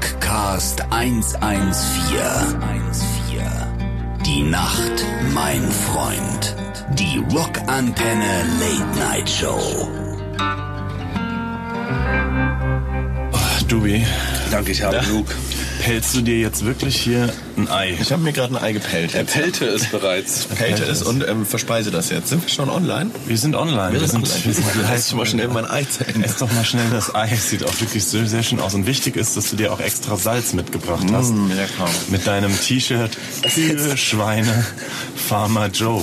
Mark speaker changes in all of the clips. Speaker 1: Podcast 114. Die Nacht, mein Freund. Die Rockantenne Late Night Show.
Speaker 2: Dubi,
Speaker 3: Danke, ich habe genug.
Speaker 2: pelzt du dir jetzt wirklich hier ein Ei?
Speaker 4: Ich habe mir gerade ein Ei gepellt.
Speaker 3: Er pellte es bereits.
Speaker 4: Pelte es und ähm, verspeise das jetzt. Sind wir schon online?
Speaker 2: Wir sind online. Wir, sind,
Speaker 4: online.
Speaker 2: wir sind
Speaker 4: Lass
Speaker 2: live.
Speaker 4: ich mal schnell mein Ei zu Ende.
Speaker 2: Ess doch mal schnell das Ei. Es sieht auch wirklich sehr, sehr schön aus. Und wichtig ist, dass du dir auch extra Salz mitgebracht hast.
Speaker 4: Mm, lecker.
Speaker 2: Mit deinem T-Shirt Kühe, Schweine, Farmer Joe.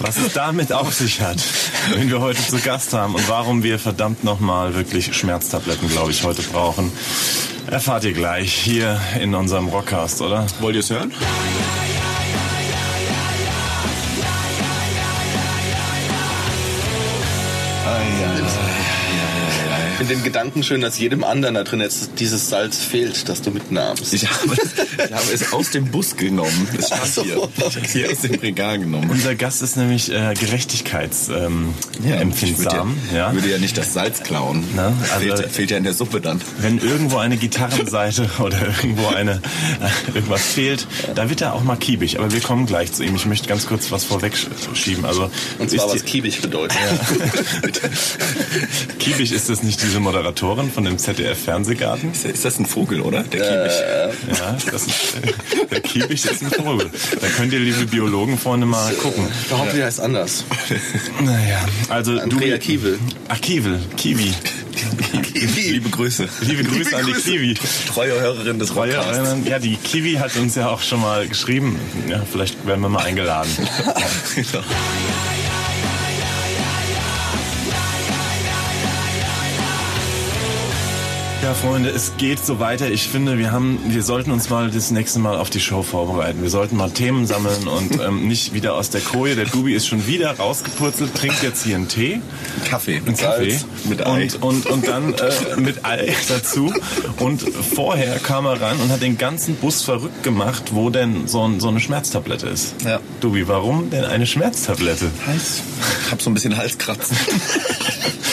Speaker 2: Was es damit auf sich hat, wenn wir heute zu Gast haben und warum wir verdammt nochmal wirklich Schmerztabletten, glaube ich, heute brauchen, erfahrt ihr gleich hier in unserem Rockcast, oder?
Speaker 4: Wollt ihr es hören?
Speaker 3: Ich finde den Gedanken schön, dass jedem anderen da drin jetzt dieses Salz fehlt, das du mitnahmst.
Speaker 4: Ich habe, ich habe es aus dem Bus genommen. Es stand
Speaker 3: Ach so,
Speaker 4: hier. Ich habe es hier aus dem Regal genommen.
Speaker 2: Unser Gast ist nämlich äh, gerechtigkeitsempfindsam. Ähm,
Speaker 4: ich würde
Speaker 2: empfindsam,
Speaker 4: ja,
Speaker 2: ja.
Speaker 4: würde ja nicht das Salz klauen.
Speaker 2: Na, also-
Speaker 4: fehlt, fehlt ja in der Suppe dann.
Speaker 2: Wenn irgendwo eine Gitarrenseite oder irgendwo eine äh, irgendwas fehlt, da wird er auch mal kiebig. Aber wir kommen gleich zu ihm. Ich möchte ganz kurz was vorweg sch- schieben. Also
Speaker 3: und zwar was
Speaker 2: ist die,
Speaker 3: kiebig bedeutet.
Speaker 2: kiebig ist das nicht diese Moderatorin von dem ZDF Fernsehgarten?
Speaker 4: Ist, ist das ein Vogel, oder? Der äh,
Speaker 2: Ja, das ist, äh, der kiebig ist ein Vogel. Da könnt ihr liebe Biologen vorne mal gucken.
Speaker 3: Ich behaupte, die heißt anders.
Speaker 2: Naja, also
Speaker 3: Andrea
Speaker 2: du
Speaker 3: Kiewel.
Speaker 2: Ach Kiewel, Kiwi.
Speaker 4: Liebe Grüße.
Speaker 2: Liebe Grüße, an die
Speaker 3: Grüße.
Speaker 2: Kiwi.
Speaker 4: Treue Hörerin des
Speaker 2: Treue
Speaker 4: Rockcasts.
Speaker 2: Eulen- Ja, die Kiwi hat uns ja auch schon mal geschrieben. Ja, vielleicht werden wir mal eingeladen.
Speaker 4: Genau.
Speaker 2: Ja, Freunde, es geht so weiter. Ich finde, wir haben, wir sollten uns mal das nächste Mal auf die Show vorbereiten. Wir sollten mal Themen sammeln und ähm, nicht wieder aus der Koje. Der Dubi ist schon wieder rausgepurzelt, trinkt jetzt hier einen Tee.
Speaker 4: Kaffee.
Speaker 2: einen Kaffee
Speaker 4: Salz mit Ei.
Speaker 2: Und, und, und dann äh, mit Ei dazu. Und vorher kam er ran und hat den ganzen Bus verrückt gemacht, wo denn so, ein, so eine Schmerztablette ist.
Speaker 4: Ja.
Speaker 2: Dubi, warum denn eine Schmerztablette?
Speaker 4: Hals. Ich hab so ein bisschen Halskratzen.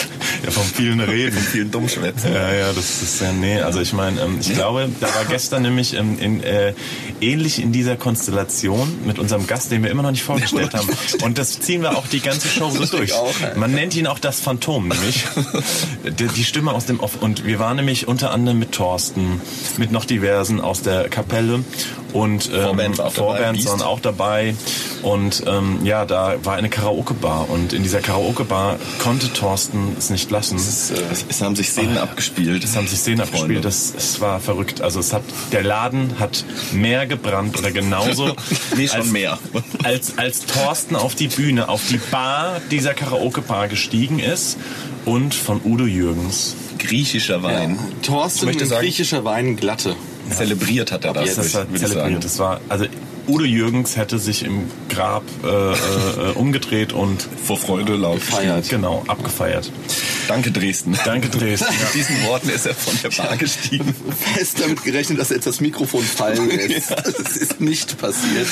Speaker 2: Ja, vom vielen Reden.
Speaker 4: Vielen Dummschwätzen.
Speaker 2: Ja, ja, das ist ja, nee, also ich meine, ähm, ich glaube, da war gestern nämlich ähm, in, äh, ähnlich in dieser Konstellation mit unserem Gast, den wir immer noch nicht vorgestellt haben. Und das ziehen wir auch die ganze Show so durch.
Speaker 3: auch, ja.
Speaker 2: Man nennt ihn auch das Phantom, nämlich. Die, die Stimme aus dem Off. Und wir waren nämlich unter anderem mit Thorsten, mit noch diversen aus der Kapelle und ähm,
Speaker 4: Vorband war auch dabei,
Speaker 2: Vorbands
Speaker 4: Beast.
Speaker 2: waren auch dabei. Und ähm, ja, da war eine Karaoke-Bar. Und in dieser Karaoke-Bar konnte Thorsten es nicht lassen.
Speaker 4: Es, es haben sich Szenen abgespielt.
Speaker 2: Es haben sich Szenen abgespielt, das, es war verrückt. Also es hat, der Laden hat mehr gebrannt oder genauso.
Speaker 4: Nee, schon mehr.
Speaker 2: Als, als Thorsten auf die Bühne, auf die Bar dieser Karaoke-Bar gestiegen ist und von Udo Jürgens.
Speaker 4: Griechischer Wein. Ich
Speaker 3: Thorsten
Speaker 4: möchte
Speaker 3: mit
Speaker 4: sagen-
Speaker 3: griechischer Wein glatte.
Speaker 4: Zelebriert hat er das.
Speaker 3: jetzt,
Speaker 2: Das war
Speaker 4: würde ich sagen.
Speaker 2: zelebriert. Das war, also Udo Jürgens hätte sich im Grab äh, äh, äh, umgedreht und
Speaker 4: Vor Freude laut.
Speaker 3: Feiert.
Speaker 2: genau abgefeiert.
Speaker 4: Danke, Dresden.
Speaker 2: Danke Dresden.
Speaker 4: Mit diesen Worten ist er von der Bar gestiegen.
Speaker 3: Fest damit gerechnet, dass jetzt das Mikrofon fallen lässt. Das ist nicht passiert.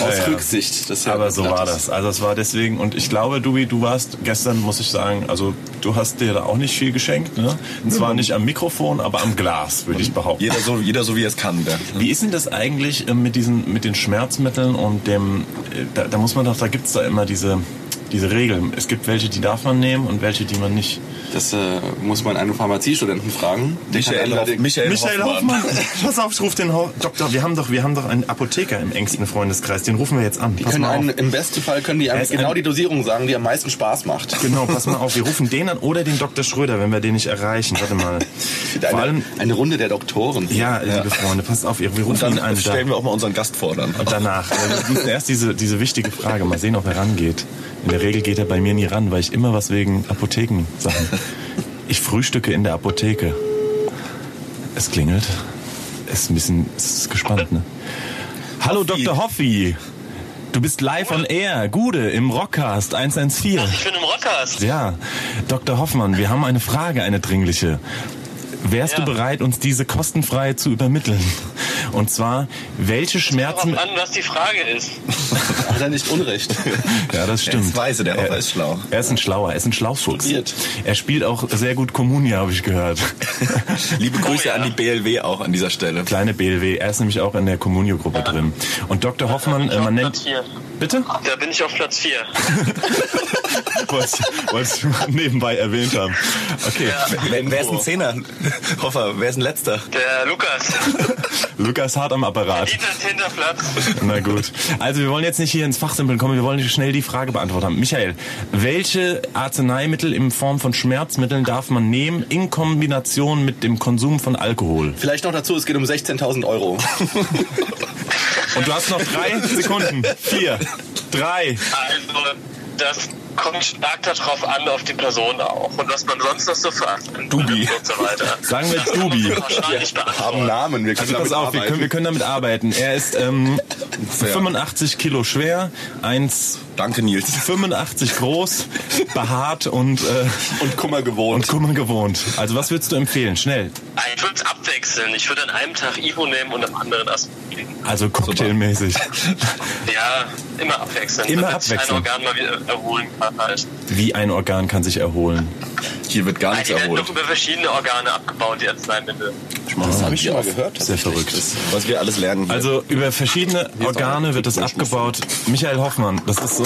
Speaker 3: Aus
Speaker 2: ja.
Speaker 3: Rücksicht. Das ist ja
Speaker 2: Aber so war
Speaker 3: glattes.
Speaker 2: das. Also es war deswegen und ich glaube, Dubi, du warst gestern, muss ich sagen, also du hast dir da auch nicht viel geschenkt. Ne? Zwar nicht am Mikrofon, aber am Glas, würde ich behaupten.
Speaker 4: Jeder so, jeder so wie er es kann. Der.
Speaker 2: Wie ist denn das eigentlich äh, mit diesen, mit den Schmerzmitteln und dem, äh, da, da muss man doch, da gibt's da immer diese, diese Regeln. Es gibt welche, die darf man nehmen und welche, die man nicht.
Speaker 3: Das äh, muss man einen Pharmaziestudenten fragen. Der kann
Speaker 4: Michael, Hoff,
Speaker 3: allerdings-
Speaker 4: Michael,
Speaker 2: Michael Hoffmann, pass auf, ich ruf den Ho Doktor, wir haben doch, wir haben doch einen Apotheker im engsten Freundeskreis, den rufen wir jetzt an.
Speaker 3: Die
Speaker 2: Pass
Speaker 3: können
Speaker 2: mal auf.
Speaker 3: einen, Im besten Fall können die einem
Speaker 2: ist
Speaker 3: genau
Speaker 2: ein-
Speaker 3: die Dosierung sagen, die am meisten Spaß macht.
Speaker 2: Genau, pass mal auf, wir rufen den an oder den Dr. Schröder, wenn wir den nicht erreichen. Warte mal. Vor
Speaker 3: Eine,
Speaker 2: allem,
Speaker 3: eine Runde der Doktoren.
Speaker 2: ja, liebe Freunde, passt auf, wir rufen
Speaker 4: Und dann
Speaker 2: ihn an da,
Speaker 4: stellen wir auch mal unseren Gast vor dann.
Speaker 2: und danach. Wir müssen erst diese, diese wichtige Frage, mal sehen, ob er rangeht. In der Regel geht er bei mir nie ran, weil ich immer was wegen Apotheken sage. Ich frühstücke in der Apotheke. Es klingelt. Ist ein bisschen ist gespannt, ne? Hallo Dr. Hoffi. Du bist live on air. Gude im Rockcast 114.
Speaker 5: Ich bin im Rockcast.
Speaker 2: Ja, Dr. Hoffmann, wir haben eine Frage, eine dringliche. Wärst
Speaker 5: Ja.
Speaker 2: du bereit, uns diese kostenfrei zu übermitteln? Und zwar, welche Schmerzen.
Speaker 5: Kommt an, was die Frage ist.
Speaker 3: Hat er nicht Unrecht.
Speaker 2: Ja, das
Speaker 4: Er
Speaker 2: stimmt.
Speaker 4: ist weise, der Hopper
Speaker 2: Er-
Speaker 4: ist schlau.
Speaker 2: Er ist ein Schlauer, er ist ein Schlaufuchs.
Speaker 3: Studiert.
Speaker 2: Er spielt auch sehr gut Kommunia, habe ich gehört.
Speaker 4: Liebe
Speaker 3: Oh
Speaker 4: Grüße
Speaker 5: ja.
Speaker 4: an die BLW auch an dieser Stelle.
Speaker 2: Kleine BLW, er ist nämlich auch in der Communio-Gruppe drin. Und Dr. Hoffmann, äh, man nennt...
Speaker 5: Platz
Speaker 2: Bitte?
Speaker 5: Da bin ich auf Platz 4.
Speaker 2: Wolltest wolltest du mal nebenbei erwähnt haben. Okay,
Speaker 4: Wer, wer ist ein Zehner? Hoffer, wer ist ein Letzter?
Speaker 5: Der Lukas.
Speaker 2: Lukas hart am Apparat.
Speaker 5: Dieter Hinterplatz.
Speaker 2: Na gut. Also wir wollen jetzt nicht hier ins Fachsimpeln kommen, wir wollen schnell die Frage beantwortet haben. Michael, welche Arzneimittel in Form von Schmerzmitteln darf man nehmen in Kombination mit dem Konsum von Alkohol?
Speaker 3: Vielleicht noch dazu, es geht um 16.000 Euro.
Speaker 2: Und du hast noch drei Sekunden. Vier, drei,
Speaker 5: Also, das kommt stark darauf an, auf die Person auch. Und was man sonst noch so verachtet.
Speaker 4: Dubi.
Speaker 5: Und so weiter.
Speaker 2: Sagen wir
Speaker 5: Das kann man
Speaker 2: Dubi.
Speaker 5: so pauschal nicht
Speaker 3: Haben
Speaker 5: beantworten.
Speaker 3: Namen, wir können
Speaker 2: Also pass
Speaker 3: damit
Speaker 2: auf, wir können, wir können damit arbeiten. Er ist ähm, 85 Kilo schwer, 1,85
Speaker 4: Danke, Nils.
Speaker 2: groß, behaart und, äh,
Speaker 3: Und Kummer gewohnt.
Speaker 2: und Kummer gewohnt. Also was würdest du empfehlen? Schnell.
Speaker 5: Ich würde es abwechseln. Ich würde an einem Tag Ivo nehmen und am anderen Aspirin.
Speaker 2: Also cocktailmäßig.
Speaker 5: Ja, immer abwechseln.
Speaker 2: Immer
Speaker 5: damit sich
Speaker 2: abwechseln.
Speaker 5: Ein Organ mal wieder erholen kann halt.
Speaker 2: Wie ein Organ kann sich erholen.
Speaker 4: Hier wird gar nichts
Speaker 5: Die werden
Speaker 4: erholt.
Speaker 5: doch über verschiedene Organe abgebaut, die Arzneimittel.
Speaker 3: Das habe ich schon mal
Speaker 4: Auf.
Speaker 3: gehört.
Speaker 2: Sehr verrückt.
Speaker 4: Was wir alles lernen. hier.
Speaker 2: Also über verschiedene Organe wird das abgebaut. Michael Hoffmann, das ist so.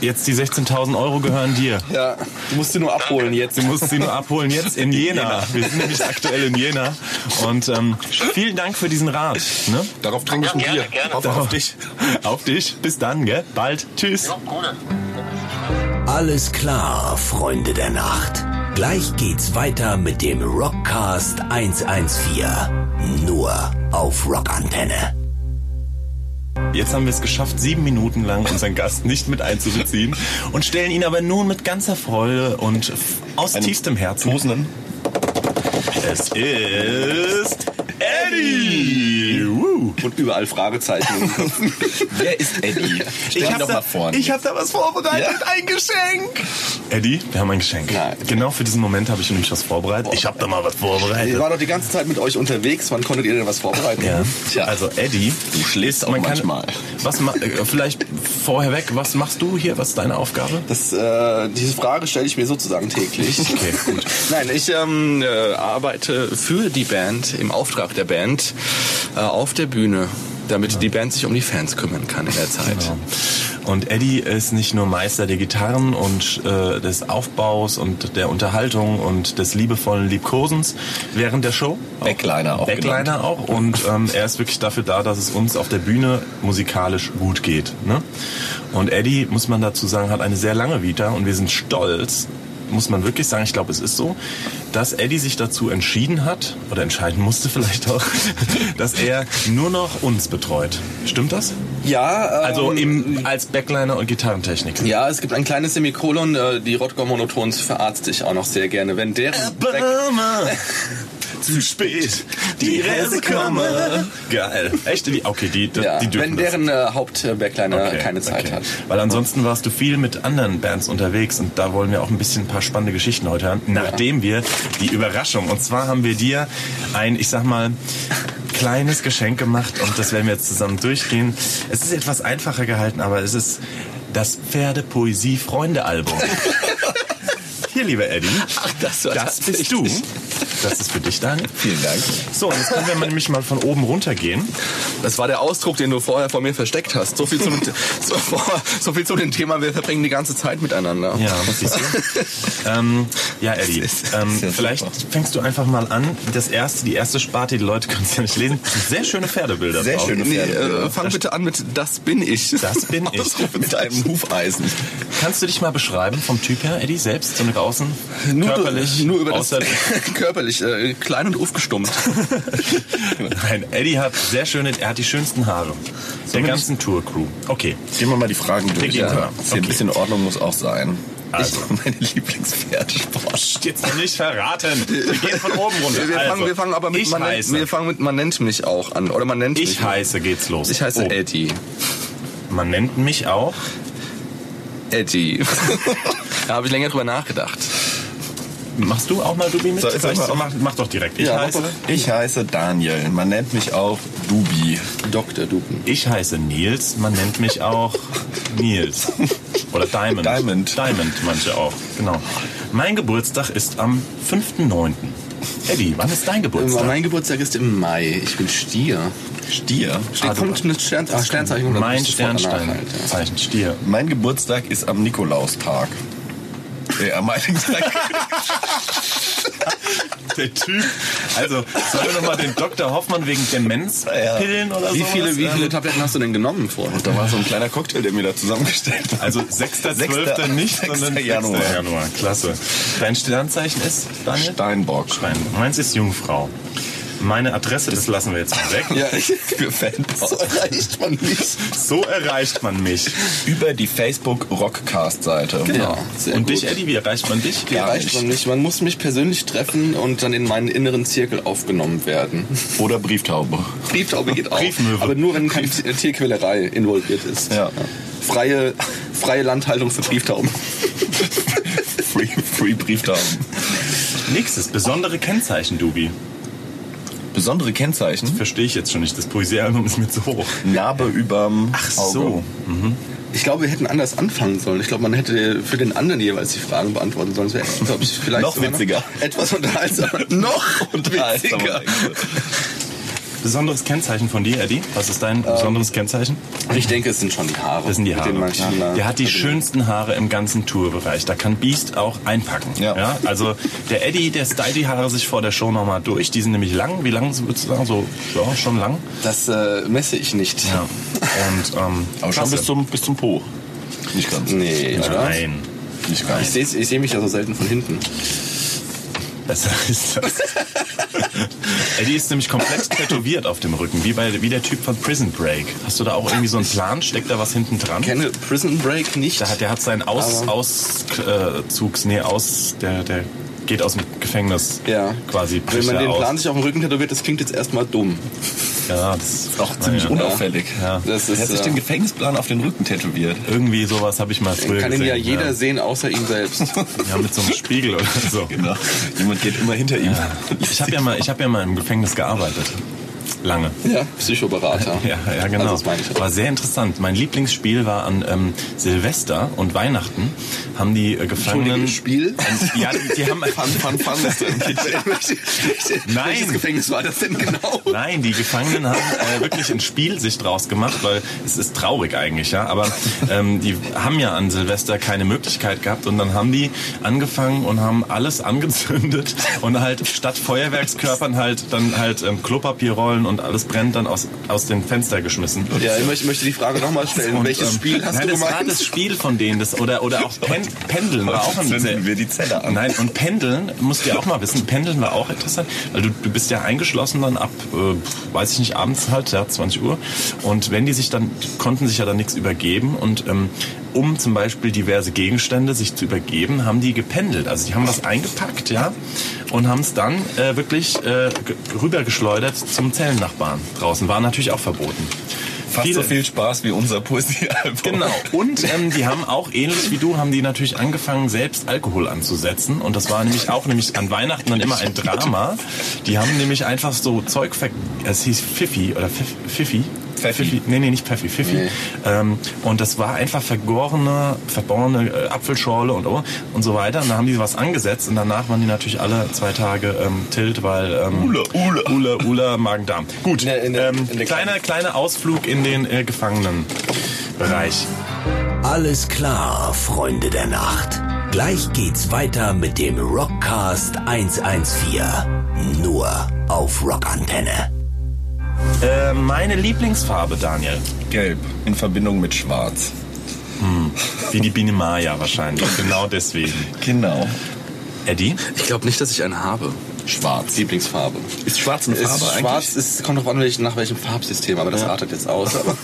Speaker 2: Jetzt die 16.000 Euro gehören dir.
Speaker 3: Ja, du musst sie nur abholen jetzt.
Speaker 2: Du musst sie nur abholen jetzt in Jena. Wir sind nämlich aktuell in Jena. Und ähm, vielen Dank für diesen Rat. Ne?
Speaker 4: Darauf trinke ich ein
Speaker 5: Ja, gerne,
Speaker 4: Bier.
Speaker 5: gerne.
Speaker 4: Hoffer, auf dich.
Speaker 2: Auf dich. Bis dann, gell? Bald. Tschüss.
Speaker 5: Ja, cool.
Speaker 1: Alles klar, Freunde der Nacht. Gleich geht's weiter mit dem Rockcast 114. Nur auf Rockantenne.
Speaker 2: Jetzt haben wir es geschafft, sieben Minuten lang unseren Gast nicht mit einzubeziehen und stellen ihn aber nun mit ganzer Freude und f- aus tiefstem Herzen.
Speaker 4: Tosenden.
Speaker 2: Es ist Eddie. Woo.
Speaker 3: Und überall Fragezeichen.
Speaker 4: Wer ist Eddie? Stell ihn
Speaker 2: hab
Speaker 4: doch mal vor.
Speaker 2: ich hab da was vorbereitet, ein Geschenk. Eddie, wir haben ein Geschenk.
Speaker 3: Nein.
Speaker 2: Genau für diesen Moment habe ich nämlich was vorbereitet. Ich habe da mal was
Speaker 3: Ich
Speaker 2: vorbereitet.
Speaker 3: war doch die ganze Zeit mit euch unterwegs. Wann konntet ihr denn was vorbereiten?
Speaker 2: Ja.
Speaker 3: Tja,
Speaker 2: Also Eddie,
Speaker 4: Du schläfst auch
Speaker 2: man kann,
Speaker 4: manchmal.
Speaker 2: Was ma äh, vielleicht vorher weg, was machst du hier? Was ist deine Aufgabe?
Speaker 3: das, äh, diese Frage stelle ich mir sozusagen täglich.
Speaker 2: Okay, gut.
Speaker 3: Nein, ich ähm, äh, arbeite für die Band, im Auftrag der Band, äh, auf der Bühne, damit die Band sich um die Fans kümmern kann in der Zeit.
Speaker 2: Genau. Und Eddie ist nicht nur Meister der Gitarren und äh, des Aufbaus und der Unterhaltung und des liebevollen Liebkosens während der Show.
Speaker 4: Backliner auch
Speaker 2: Backliner
Speaker 4: genannt.
Speaker 2: auch. Und ähm, er ist wirklich dafür da, dass es uns auf der Bühne musikalisch gut geht. Ne? Und Eddie, muss man dazu sagen, hat eine sehr lange Vita und wir sind stolz, muss man wirklich sagen, ich glaube, es ist so, dass Eddie sich dazu entschieden hat, oder entscheiden musste vielleicht auch, dass er nur noch uns betreut. Stimmt das?
Speaker 3: Ja, ähm,
Speaker 2: Also im, als Backliner und Gitarrentechnik.
Speaker 3: ja, es gibt ein kleines Semikolon, äh, die Rodger Monotons verarzte ich auch noch sehr gerne. Wenn der
Speaker 2: Bäume, zu spät, die Reste kommen. Geil. Echt? Die, okay, die, die,
Speaker 3: ja,
Speaker 2: die dürfen
Speaker 3: wenn
Speaker 2: das.
Speaker 3: deren äh, Hauptbackline
Speaker 2: Okay,
Speaker 3: keine Zeit
Speaker 2: okay.
Speaker 3: hat.
Speaker 2: Weil ansonsten warst du viel mit anderen Bands unterwegs und da wollen wir auch ein bisschen ein paar spannende Geschichten heute hören, nachdem wir die Überraschung, und zwar haben wir dir ein, ich sag mal, kleines Geschenk gemacht und das werden wir jetzt zusammen durchgehen. Es ist etwas einfacher gehalten, aber es ist das Pferdepoesie-Freunde-Album. Hier, lieber Eddie,
Speaker 4: das war
Speaker 2: das bist du. Das ist für dich, Daniel.
Speaker 4: Vielen Dank.
Speaker 2: So, und jetzt können wir nämlich mal von oben runtergehen.
Speaker 3: Das war der Ausdruck, den du vorher von mir versteckt hast. So viel zum, so, so viel zu dem Thema, wir verbringen die ganze Zeit miteinander.
Speaker 2: Ja, siehst du. ähm, ja, Eddie, ähm,
Speaker 4: ist ja
Speaker 2: vielleicht
Speaker 4: super.
Speaker 2: fängst du einfach mal an. Das erste, die erste Sparte, die Leute können es ja nicht lesen. Sehr schöne Pferdebilder.
Speaker 4: Sehr
Speaker 2: drauf.
Speaker 4: schöne
Speaker 3: Nee,
Speaker 4: Pferde.
Speaker 3: äh, fang bitte an mit Das bin ich.
Speaker 2: Das bin ich.
Speaker 4: Ausrufe mit einem Hufeisen.
Speaker 2: Kannst du dich mal beschreiben vom Typ her, Eddie, selbst, so nach außen? körperlich,
Speaker 3: nur über das,
Speaker 2: äußerlich?
Speaker 3: körperlich, äh, klein und aufgestummt.
Speaker 2: Nein, Eddie hat sehr schöne, er hat die schönsten Haare. Der ganzen Tour-Crew. Okay.
Speaker 4: Gehen wir mal die Fragen durch.
Speaker 2: gehen mal.
Speaker 4: Ist hier Ein
Speaker 2: Okay.
Speaker 4: bisschen Ordnung muss auch sein.
Speaker 2: Also.
Speaker 4: Ich, meine Lieblingspferdesport.
Speaker 2: Jetzt noch nicht verraten. Wir gehen von oben runter.
Speaker 3: Wir, wir,
Speaker 2: also,
Speaker 3: fangen, wir fangen aber mit,
Speaker 2: ich
Speaker 3: man, nennt,
Speaker 2: heiße,
Speaker 3: wir fangen mit, man nennt mich auch an. Oder man nennt
Speaker 2: ich
Speaker 3: mich.
Speaker 2: heiße, geht's los.
Speaker 3: Ich heiße
Speaker 2: Oh,
Speaker 3: Eddie.
Speaker 2: Man nennt mich auch
Speaker 3: Eddie. da habe ich länger drüber nachgedacht.
Speaker 2: Machst du auch mal Dubi mit?
Speaker 4: Soll ich
Speaker 2: Soll ich-
Speaker 4: mal-
Speaker 2: mach, mach doch direkt. Ich,
Speaker 4: Ja,
Speaker 2: heiße,
Speaker 4: ich heiße Daniel. Man nennt mich auch Dubi.
Speaker 3: Dr. Duben.
Speaker 2: ich heiße Nils, man nennt mich auch Nils. Oder Diamond.
Speaker 4: Diamond.
Speaker 2: Diamond, manche auch. Genau. Mein Geburtstag ist am 5.9. Eddie, wann ist dein Geburtstag?
Speaker 3: Mein Geburtstag ist im Mai. Ich bin Stier.
Speaker 4: Stier.
Speaker 3: Steht,
Speaker 2: Ah, du-
Speaker 3: kommt ein Stern, ah, Sternzeichen oder
Speaker 2: mein
Speaker 3: bist du voll
Speaker 2: Sternstein.
Speaker 3: danach, Alter?
Speaker 2: Zeichen Stier.
Speaker 4: Mein Geburtstag ist am Nikolaustag. Ja, am Heiligtag.
Speaker 2: Der Typ. Also, sollen wir nochmal den Dr. Hoffmann wegen Demenzpillen oder Ähm, so?
Speaker 3: Wie viele, wie viele Tabletten hast du denn genommen vorher?
Speaker 4: da war so ein kleiner Cocktail, der mir da zusammengestellt wurde.
Speaker 2: Also 6.12.
Speaker 4: Sechster-
Speaker 2: nicht,
Speaker 4: Sechster
Speaker 2: sondern 6.
Speaker 4: Januar.
Speaker 2: Januar. Klasse. Dein Sternzeichen ist, Daniel?
Speaker 4: Steinbock.
Speaker 2: Stein. Meins ist Jungfrau. Meine Adresse, das lassen wir jetzt mal weg.
Speaker 4: Ja, ich für Fans.
Speaker 3: So reicht man nicht.
Speaker 2: So erreicht man mich.
Speaker 4: Über die Facebook-Rockcast-Seite.
Speaker 3: Genau. Sehr
Speaker 2: Und
Speaker 3: gut.
Speaker 2: dich, Eddie, wie erreicht man dich?
Speaker 3: Wie
Speaker 4: gar
Speaker 3: erreicht
Speaker 4: nicht.
Speaker 3: man mich? Man muss mich persönlich treffen und dann in meinen inneren Zirkel aufgenommen werden.
Speaker 4: Oder Brieftaube.
Speaker 3: Brieftaube geht auch.
Speaker 2: Briefmöwe.
Speaker 3: Aber nur, wenn keine T- äh, Tierquälerei involviert ist.
Speaker 4: Ja.
Speaker 3: Freie, freie Landhaltung für Brieftauben.
Speaker 4: Free, free Brieftauben.
Speaker 2: Nächstes, besondere Kennzeichen, Dubi.
Speaker 4: Besondere Kennzeichen.
Speaker 2: Verstehe ich jetzt schon nicht. Das Poesiealbum ist mir zu hoch.
Speaker 4: Narbe überm Ach
Speaker 2: So.
Speaker 3: Ich glaube, wir hätten anders anfangen sollen. Ich glaube, man hätte für den anderen jeweils die Fragen beantworten sollen. Das wäre, glaube ich, vielleicht
Speaker 4: Noch
Speaker 3: sogar
Speaker 4: witziger.
Speaker 3: Etwas unterhaltsamer. noch
Speaker 4: Unterhaltsamer.
Speaker 3: witziger.
Speaker 2: Besonderes Kennzeichen von dir, Eddie? Was ist dein besonderes Kennzeichen?
Speaker 3: Ich denke, es sind schon die Haare.
Speaker 2: Das sind die
Speaker 3: mit denen
Speaker 2: Haare.
Speaker 3: man sich immer
Speaker 2: Der hat die
Speaker 3: verbindet.
Speaker 2: schönsten Haare im ganzen Tourbereich. Da kann Beast auch einpacken.
Speaker 4: Ja.
Speaker 2: also der Eddie, der stylt die Haare sich vor der Show nochmal durch. Die sind nämlich lang. Wie lang würdest du sagen? So, ja, schon lang.
Speaker 3: Das äh, messe ich nicht.
Speaker 2: Ja. Und ähm,
Speaker 4: Aber schon
Speaker 2: klasse.
Speaker 4: bis zum, bis zum Po. Nicht ganz.
Speaker 3: Nee, oder?
Speaker 2: Nein.
Speaker 4: Nicht ganz.
Speaker 3: Ich sehe ich seh mich ja so selten von hinten.
Speaker 2: Besser ist das. Eddie ist nämlich komplett tätowiert auf dem Rücken, wie, bei, wie der Typ von Prison Break. Hast du da auch irgendwie so einen Plan? Steckt da was hinten dran?
Speaker 3: Ich kenne Prison Break nicht.
Speaker 2: Da hat, der hat seinen Aus,
Speaker 3: Aber-
Speaker 2: Auszugs, nee, aus, der, der geht aus dem Gefängnis
Speaker 3: ja.
Speaker 2: quasi.
Speaker 3: Wenn
Speaker 2: bricht
Speaker 3: man
Speaker 2: er
Speaker 3: den
Speaker 2: aus.
Speaker 3: Plan sich auf dem Rücken tätowiert, das klingt jetzt erstmal dumm.
Speaker 2: Ja, das ist
Speaker 4: Auch ziemlich
Speaker 2: naja.
Speaker 4: unauffällig.
Speaker 2: Ja.
Speaker 3: Das
Speaker 4: Er
Speaker 3: ist,
Speaker 4: hat sich
Speaker 3: äh,
Speaker 4: den Gefängnisplan auf den Rücken tätowiert.
Speaker 2: Irgendwie sowas habe ich mal früher
Speaker 3: kann ihn
Speaker 2: gesehen.
Speaker 3: ja jeder
Speaker 2: ja.
Speaker 3: sehen, außer ihm selbst.
Speaker 2: ja, mit so einem Spiegel oder so.
Speaker 4: Genau. Jemand geht immer hinter ihm.
Speaker 2: Ich habe ja, mal- ich hab ja mal im Gefängnis gearbeitet. Lange.
Speaker 3: ja, Psychoberater.
Speaker 2: Ja, ja genau.
Speaker 3: Also das meine ich.
Speaker 2: War sehr interessant. Mein Lieblingsspiel war an ähm, Silvester und Weihnachten haben die äh, Gefangenen.
Speaker 3: Entschuldigung, Spiel?
Speaker 2: Ja, die, die haben.
Speaker 3: Fun, fun, fun ist dann.
Speaker 2: Nein.
Speaker 3: Welches Gefängnis war das denn genau?
Speaker 2: Nein, die Gefangenen haben äh, wirklich ein Spiel sich draus gemacht, weil es ist traurig eigentlich, ja. Aber ähm, die haben ja an Silvester keine Möglichkeit gehabt und dann haben die angefangen und haben alles angezündet und halt statt Feuerwerkskörpern halt dann halt ähm, Klopapierrollen und alles brennt dann aus, aus den Fenster geschmissen.
Speaker 3: Ja, ich möchte- möchte die Frage nochmal stellen.
Speaker 2: Und,
Speaker 3: Welches
Speaker 2: ähm,
Speaker 3: Spiel hast
Speaker 2: nein,
Speaker 3: du
Speaker 2: das war
Speaker 3: gemeint?
Speaker 2: das Spiel von denen, das, oder, oder auch Pen, Pendeln war auch ein
Speaker 4: Zünden wir die Zelle an.
Speaker 2: Nein, und Pendeln, musst du ja auch mal wissen, Pendeln war auch interessant, weil du, du bist ja eingeschlossen dann ab, äh, pf, weiß ich nicht, abends halt, ja, 20 Uhr. Und wenn die sich dann, die konnten sich ja dann nichts übergeben und ähm, um zum Beispiel diverse Gegenstände sich zu übergeben, haben die gependelt. Also die haben was eingepackt, ja, und haben es dann äh, wirklich äh, ge- rübergeschleudert zum Zellennachbarn draußen. War natürlich auch verboten.
Speaker 4: Fast
Speaker 2: Viele-
Speaker 4: so viel Spaß wie unser Poesiealbum.
Speaker 2: Genau. Und ähm, die haben auch ähnlich wie du haben die natürlich angefangen selbst Alkohol anzusetzen und das war nämlich auch nämlich an Weihnachten dann immer ein Drama. Die haben nämlich einfach so Zeug ver es hieß Pfiffi oder Pfiff- Pfiffi.
Speaker 4: Pfeffi.
Speaker 2: Pfiffi. Nee, nee, nicht Pfeffi, Pfiffi. Ähm, und das war einfach vergorene, verborene äh, Apfelschorle und, und so weiter. Und da haben die was angesetzt und danach waren die natürlich alle zwei Tage ähm, tilt, weil... Ähm,
Speaker 4: Ula, ula.
Speaker 2: Ula, ula, Magen-Darm. Gut,
Speaker 3: In der- Ne, in der-
Speaker 2: ähm,
Speaker 3: in der
Speaker 2: kleiner, kleiner Ausflug in den äh, Gefangenenbereich.
Speaker 1: Alles klar, Freunde der Nacht. Gleich geht's weiter mit dem Rockcast 114. Nur auf Rockantenne.
Speaker 2: Äh, meine Lieblingsfarbe, Daniel.
Speaker 4: Gelb in Verbindung mit Schwarz.
Speaker 2: Wie die Biene Maya wahrscheinlich. genau deswegen.
Speaker 4: Genau.
Speaker 2: Eddie?
Speaker 3: Ich glaube nicht, dass ich einen habe.
Speaker 4: Schwarz.
Speaker 3: Lieblingsfarbe.
Speaker 4: Ist schwarz eine
Speaker 3: Ist
Speaker 4: Farbe
Speaker 3: schwarz ist, kommt drauf an, welch- nach welchem Farbsystem, aber das artet jetzt aus. Aber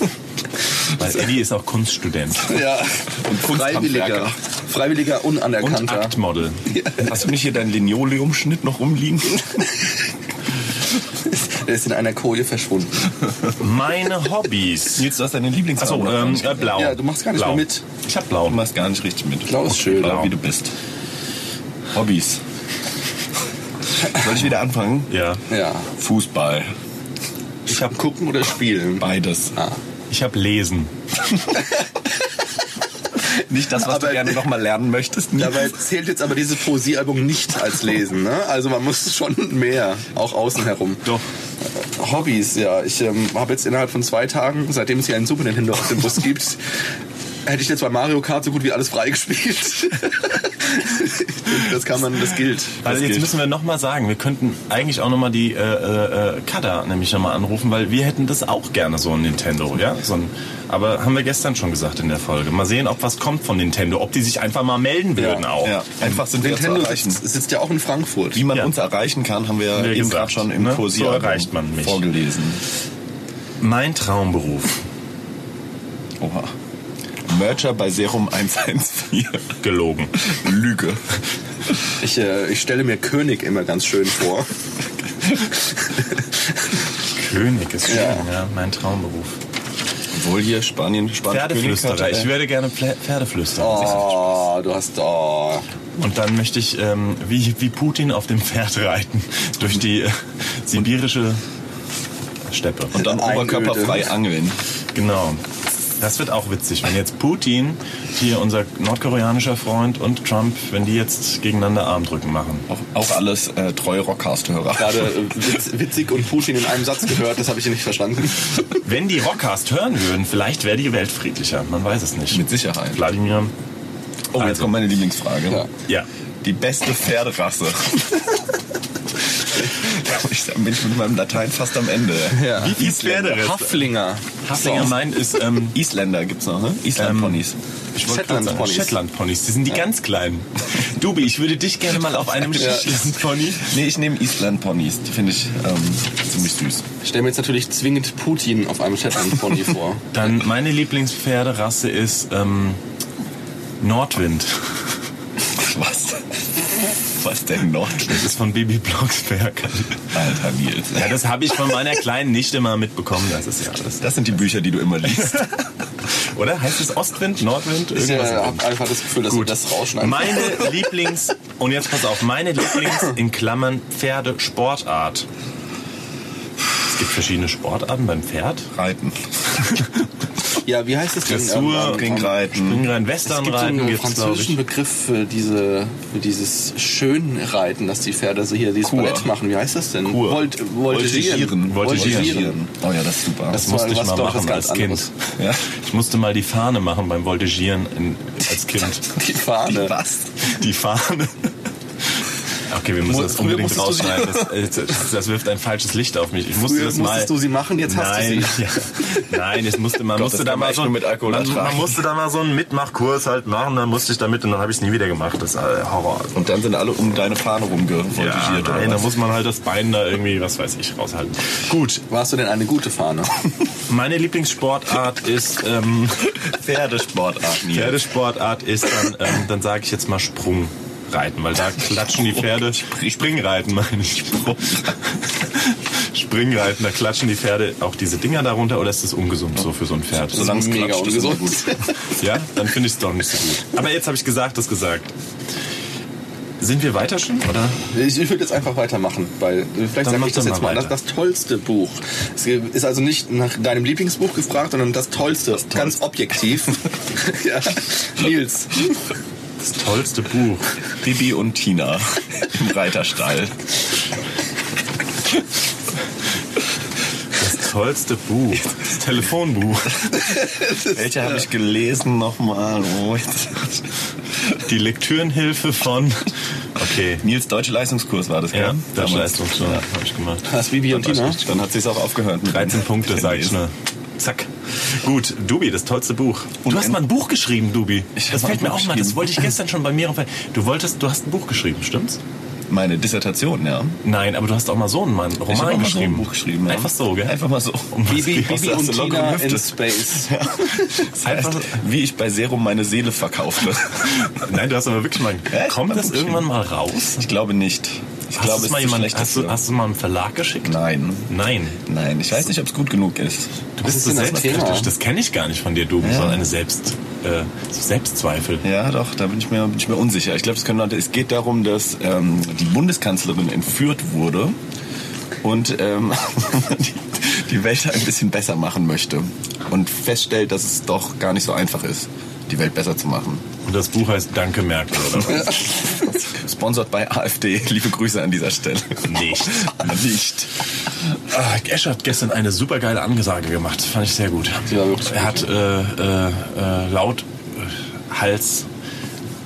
Speaker 2: Weil Eddie ist auch Kunststudent.
Speaker 3: ja,
Speaker 4: Und
Speaker 3: Freiwilliger.
Speaker 4: Kunsthandwerker.
Speaker 3: Freiwilliger,
Speaker 2: Und
Speaker 3: unanerkannter.
Speaker 2: Aktmodel.
Speaker 4: eigentlich? Hast du nicht hier deinen Linoleumschnitt noch rumliegen?
Speaker 3: Der ist in einer Koje verschwunden.
Speaker 2: Meine Hobbys.
Speaker 4: Nils, du hast deine Lieblingsfarbe.
Speaker 2: Achso,
Speaker 4: noch gar
Speaker 2: ähm,
Speaker 4: nicht
Speaker 2: äh,
Speaker 4: genannt.
Speaker 2: blau.
Speaker 3: Ja, du machst gar nicht
Speaker 2: blau.
Speaker 3: mehr mit.
Speaker 2: Ich hab
Speaker 4: Du
Speaker 2: blau.
Speaker 4: machst gar nicht richtig mit.
Speaker 3: Blau ist schön.
Speaker 4: Blau, wie du bist. Hobbys. Soll ich wieder anfangen?
Speaker 2: Ja.
Speaker 3: Ja.
Speaker 4: Fußball.
Speaker 3: Ich hab gucken oder spielen.
Speaker 4: Beides.
Speaker 3: Ah.
Speaker 2: Ich habe Lesen.
Speaker 4: Nicht das, was
Speaker 3: Aber-
Speaker 4: du gerne nochmal lernen möchtest. nie.
Speaker 3: Dabei zählt jetzt aber dieses Poesiealbum nicht als Lesen. Ne? Also man muss schon mehr, auch außen herum.
Speaker 2: Doch.
Speaker 3: Hobbys, ja. Ich ähm, habe jetzt innerhalb von zwei Tagen, seitdem es hier einen Super Nintendo auf dem Bus gibt, hätte ich jetzt bei Mario Kart so gut wie alles freigespielt. das kann man, das gilt. Das
Speaker 2: Also jetzt
Speaker 3: gilt.
Speaker 2: müssen wir nochmal sagen, wir könnten eigentlich auch nochmal die äh, äh, äh, Kada nämlich nochmal anrufen, weil wir hätten das auch gerne so ein Nintendo, ja? So ein, aber haben wir gestern schon gesagt in der Folge. Mal sehen, ob was kommt von Nintendo, ob die sich einfach mal melden würden auch.
Speaker 4: Ja, einfach sind wir zu
Speaker 3: Nintendo
Speaker 4: erreichen.
Speaker 3: sitzt, sitzt ja auch in Frankfurt.
Speaker 4: Genau. Wie man
Speaker 2: Ja.
Speaker 4: uns erreichen kann, haben wir,
Speaker 2: wir
Speaker 4: eben
Speaker 2: gesagt,
Speaker 4: gerade schon im
Speaker 2: ne?
Speaker 4: Kursier
Speaker 2: So erreicht man mich.
Speaker 4: vorgelesen.
Speaker 2: Mein Traumberuf.
Speaker 4: Oha. Merger bei Serum 114.
Speaker 2: Gelogen.
Speaker 4: Lüge.
Speaker 3: Ich, äh, ich stelle mir König immer ganz schön vor.
Speaker 2: König ist schön,
Speaker 3: Ja.
Speaker 2: ja. mein Traumberuf.
Speaker 4: Obwohl hier Spanien, Spanien,
Speaker 2: Pferdeflüsterer. Ich werde gerne Pfle- Pferdeflüsterer.
Speaker 3: Oh, du hast oh.
Speaker 2: Und dann möchte ich ähm, wie, wie Putin auf dem Pferd reiten durch die äh, sibirische Steppe.
Speaker 4: Und dann
Speaker 3: Einöde.
Speaker 4: oberkörperfrei angeln.
Speaker 2: Genau. Das wird auch witzig, wenn jetzt Putin, hier unser nordkoreanischer Freund und Trump, wenn die jetzt gegeneinander Armdrücken machen.
Speaker 4: Auch, auch alles äh, treue Rockcast-Hörer.
Speaker 3: Gerade äh, witz, witzig und Putin in einem Satz gehört, das habe ich nicht verstanden.
Speaker 2: Wenn die Rockcast hören würden, vielleicht wäre die Welt friedlicher. Man weiß es nicht.
Speaker 4: Mit Sicherheit.
Speaker 2: Wladimir.
Speaker 4: Oh, jetzt
Speaker 2: Also.
Speaker 4: kommt meine Lieblingsfrage.
Speaker 3: Ja.
Speaker 2: Ja.
Speaker 4: Die beste Pferderasse. ich bin ich mit meinem Latein fast am Ende.
Speaker 3: Ja.
Speaker 2: Wie viel
Speaker 4: Isländer.
Speaker 2: Pferdereste?
Speaker 3: Haflinger.
Speaker 2: Hasslinger meint ist ähm,
Speaker 4: Isländer gibt's noch, ne? Island-Ponys.
Speaker 2: ich wollte gerade sagen,
Speaker 3: Shetland-Ponys.
Speaker 2: Shetland-Ponys. Die sind die ganz kleinen. Dubi, ich würde dich gerne mal auf einem
Speaker 3: Ja.
Speaker 2: Shetland-Pony.
Speaker 4: nee, ich nehme Island-Ponys. Die finde ich ähm, ziemlich süß.
Speaker 3: Ich stelle mir jetzt natürlich zwingend Putin auf einem Shetland-Pony vor.
Speaker 2: Dann meine Lieblingspferderasse ist ähm, Nordwind.
Speaker 4: Was? Was denn noch?
Speaker 2: Das ist von Bibi Blocksberg.
Speaker 4: Alter Nils.
Speaker 2: Ja, das habe ich von meiner kleinen Nichte mal mitbekommen. Das ist ja alles.
Speaker 4: Das sind die Bücher, die du immer liest.
Speaker 2: Oder? Heißt es Ostwind, Nordwind?
Speaker 3: Ich äh,
Speaker 2: Irgendwas im Wind.
Speaker 3: habe einfach das Gefühl, dass wir das Rauschen einfach
Speaker 2: Meine Lieblings, und jetzt pass auf, meine Lieblings, in Klammern, Pferdesportart. Es gibt verschiedene Sportarten beim Pferd.
Speaker 4: Reiten.
Speaker 3: Ja, wie heißt es denn?
Speaker 2: Dressur,
Speaker 3: Ähm, ähm,
Speaker 4: Ringreiten.
Speaker 2: Springrein,
Speaker 3: es gibt so
Speaker 2: Westernreiten
Speaker 3: einen
Speaker 2: gibt es, glaube
Speaker 3: französischen
Speaker 2: ich.
Speaker 3: Begriff für, diese, für dieses Schönreiten, dass die Pferde so hier dieses
Speaker 4: Kur.
Speaker 3: Ballett machen. Wie heißt das denn?
Speaker 2: Kur.
Speaker 3: Volt, voltigieren.
Speaker 2: Voltigieren. Voltigieren.
Speaker 4: Oh ja, das ist super.
Speaker 3: Das-
Speaker 2: Das musste ich
Speaker 3: was
Speaker 2: mal
Speaker 3: doch was
Speaker 2: machen
Speaker 3: ganz
Speaker 2: als Kind.
Speaker 3: anderes.
Speaker 4: Ja.
Speaker 2: Ich musste mal die Fahne machen beim Voltigieren in, als Kind.
Speaker 3: Die Fahne.
Speaker 4: Was?
Speaker 2: Die Fahne. Okay, wir müssen das
Speaker 3: Früher
Speaker 2: unbedingt
Speaker 3: musstest du sie-
Speaker 2: rausschneiden. Das, äh, das, das wirft ein falsches Licht auf mich. Ich musste
Speaker 3: Früher
Speaker 2: das mal.
Speaker 3: musstest du sie machen, jetzt hast du
Speaker 2: nein, Ja, nein, jetzt musste man
Speaker 4: Gott,
Speaker 2: musste
Speaker 4: das
Speaker 2: da
Speaker 4: kann man
Speaker 2: mal
Speaker 4: echt
Speaker 2: so
Speaker 4: nur mit Alkohol
Speaker 2: man, man
Speaker 4: ertragen.
Speaker 2: musste da mal so einen Mitmachkurs halt machen. Dann musste ich damit und dann habe ich es nie wieder gemacht. Das ist äh, Horror.
Speaker 4: Und dann sind alle um deine Fahne
Speaker 2: Ja,
Speaker 4: rumgevoltigiert. oder
Speaker 2: nein, da
Speaker 4: was?
Speaker 2: muss man halt das Bein da irgendwie, was weiß ich, raushalten. Gut,
Speaker 3: Warst du denn eine gute Fahne?
Speaker 2: meine Lieblingssportart ist ähm,
Speaker 4: Pferdesportart, Nils.
Speaker 2: Pferdesportart ist dann, ähm, dann sage ich jetzt mal Sprungreiten, weil da klatschen die Pferde. Springreiten meine ich. Springreiten, da klatschen die Pferde auch diese Dinger darunter oder ist das ungesund so für so ein Pferd?
Speaker 4: Solange es
Speaker 3: Mega
Speaker 4: klatscht, ist immer
Speaker 3: ungesund.
Speaker 4: gut.
Speaker 2: Ja, dann finde ich es doch nicht so gut. Aber jetzt habe ich gesagt, das gesagt. Sind wir weiter schon, oder?
Speaker 3: Ich, ich würde jetzt einfach weitermachen, weil äh, vielleicht
Speaker 2: Dann
Speaker 3: sage
Speaker 2: mach
Speaker 3: ich das
Speaker 2: doch
Speaker 3: jetzt
Speaker 2: mal
Speaker 3: mal. Das,
Speaker 2: weiter.
Speaker 3: das tollste Buch. Es ist also nicht nach deinem Lieblingsbuch gefragt, sondern das tollste, ganz objektiv. ja. Nils,
Speaker 2: Das tollste Buch.
Speaker 4: Bibi und Tina im Reiterstall.
Speaker 2: Das tollste Buch. Das Telefonbuch.
Speaker 4: Welche habe ich gelesen nochmal? Oh, jetzt-
Speaker 2: Die Lektürenhilfe von. Okay.
Speaker 4: Nils Deutsche Leistungskurs war das,
Speaker 2: Ja,
Speaker 4: gell?
Speaker 2: das
Speaker 4: Damals.
Speaker 2: Leistung schon. Habe ich gemacht.
Speaker 3: das Bibi und Tina.
Speaker 4: Dann hat sich's auch aufgehört.
Speaker 2: 13 Punkte,
Speaker 4: Mit dem
Speaker 2: sag ich
Speaker 4: Lesen.
Speaker 2: nur. Zack. Gut, Dubi, das tollste Buch.
Speaker 4: Und
Speaker 2: du hast
Speaker 4: ein-
Speaker 2: mal ein Buch geschrieben, Dubi.
Speaker 4: Ich
Speaker 2: das
Speaker 4: hab
Speaker 2: fällt
Speaker 4: ein
Speaker 2: mir
Speaker 4: Buch
Speaker 2: auch mal. Das
Speaker 4: geschrieben.
Speaker 2: wollte ich gestern schon bei mir. Du wolltest, du hast ein Buch geschrieben, stimmt's?
Speaker 4: Meine Dissertation, ja.
Speaker 2: Nein, aber du hast auch mal so einen Mann, Roman
Speaker 4: hab auch mal so
Speaker 2: geschrieben.
Speaker 4: ein Buch geschrieben, ja.
Speaker 2: Einfach so, gell?
Speaker 4: Einfach mal so.
Speaker 2: Um was
Speaker 3: Bibi,
Speaker 2: geht's?
Speaker 3: Bibi
Speaker 4: Hast
Speaker 3: und
Speaker 4: du lockere
Speaker 3: Tina in
Speaker 4: Hüfte?
Speaker 3: Space.
Speaker 4: Das heißt,
Speaker 2: Einfach
Speaker 4: wie ich bei Serum meine Seele verkaufte.
Speaker 2: Nein, du hast aber wirklich mal.
Speaker 4: Ja, ich hab
Speaker 2: kommt
Speaker 4: mal ein
Speaker 2: das
Speaker 4: Buch
Speaker 2: irgendwann mal raus?
Speaker 4: Ich glaube nicht. Ich
Speaker 2: hast
Speaker 4: glaube,
Speaker 2: du
Speaker 4: es
Speaker 2: mal
Speaker 4: ist
Speaker 2: jemand,
Speaker 4: schlecht
Speaker 2: hast, du,
Speaker 4: dafür.
Speaker 2: hast du mal einen Verlag geschickt?
Speaker 4: Nein.
Speaker 2: Nein.
Speaker 4: Nein, ich weiß nicht, ob es gut genug ist.
Speaker 2: Du
Speaker 3: Was
Speaker 2: bist
Speaker 3: ist
Speaker 2: so
Speaker 3: denn das
Speaker 2: selbstkritisch.
Speaker 3: Thema?
Speaker 2: Das kenne ich gar nicht von dir, du.
Speaker 4: Ja.
Speaker 2: Sondern eine Selbst, äh, Selbstzweifel.
Speaker 4: Ja, doch, da bin ich mir, bin ich mir unsicher. Ich glaube, es, können Leute- es geht darum, dass ähm, die Bundeskanzlerin entführt wurde und ähm, die, die Welt ein bisschen besser machen möchte und feststellt, dass es doch gar nicht so einfach ist, die Welt besser zu machen.
Speaker 2: Und das Buch heißt Danke Merkel, oder was?
Speaker 4: Sponsored bei AfD. Liebe Grüße an dieser Stelle.
Speaker 2: Nicht.
Speaker 4: Nicht.
Speaker 2: Ah, Escher hat gestern eine super geile Ansage gemacht. Fand ich sehr gut.
Speaker 3: Die war wirklich
Speaker 2: er hat äh, äh, äh, laut äh, Hals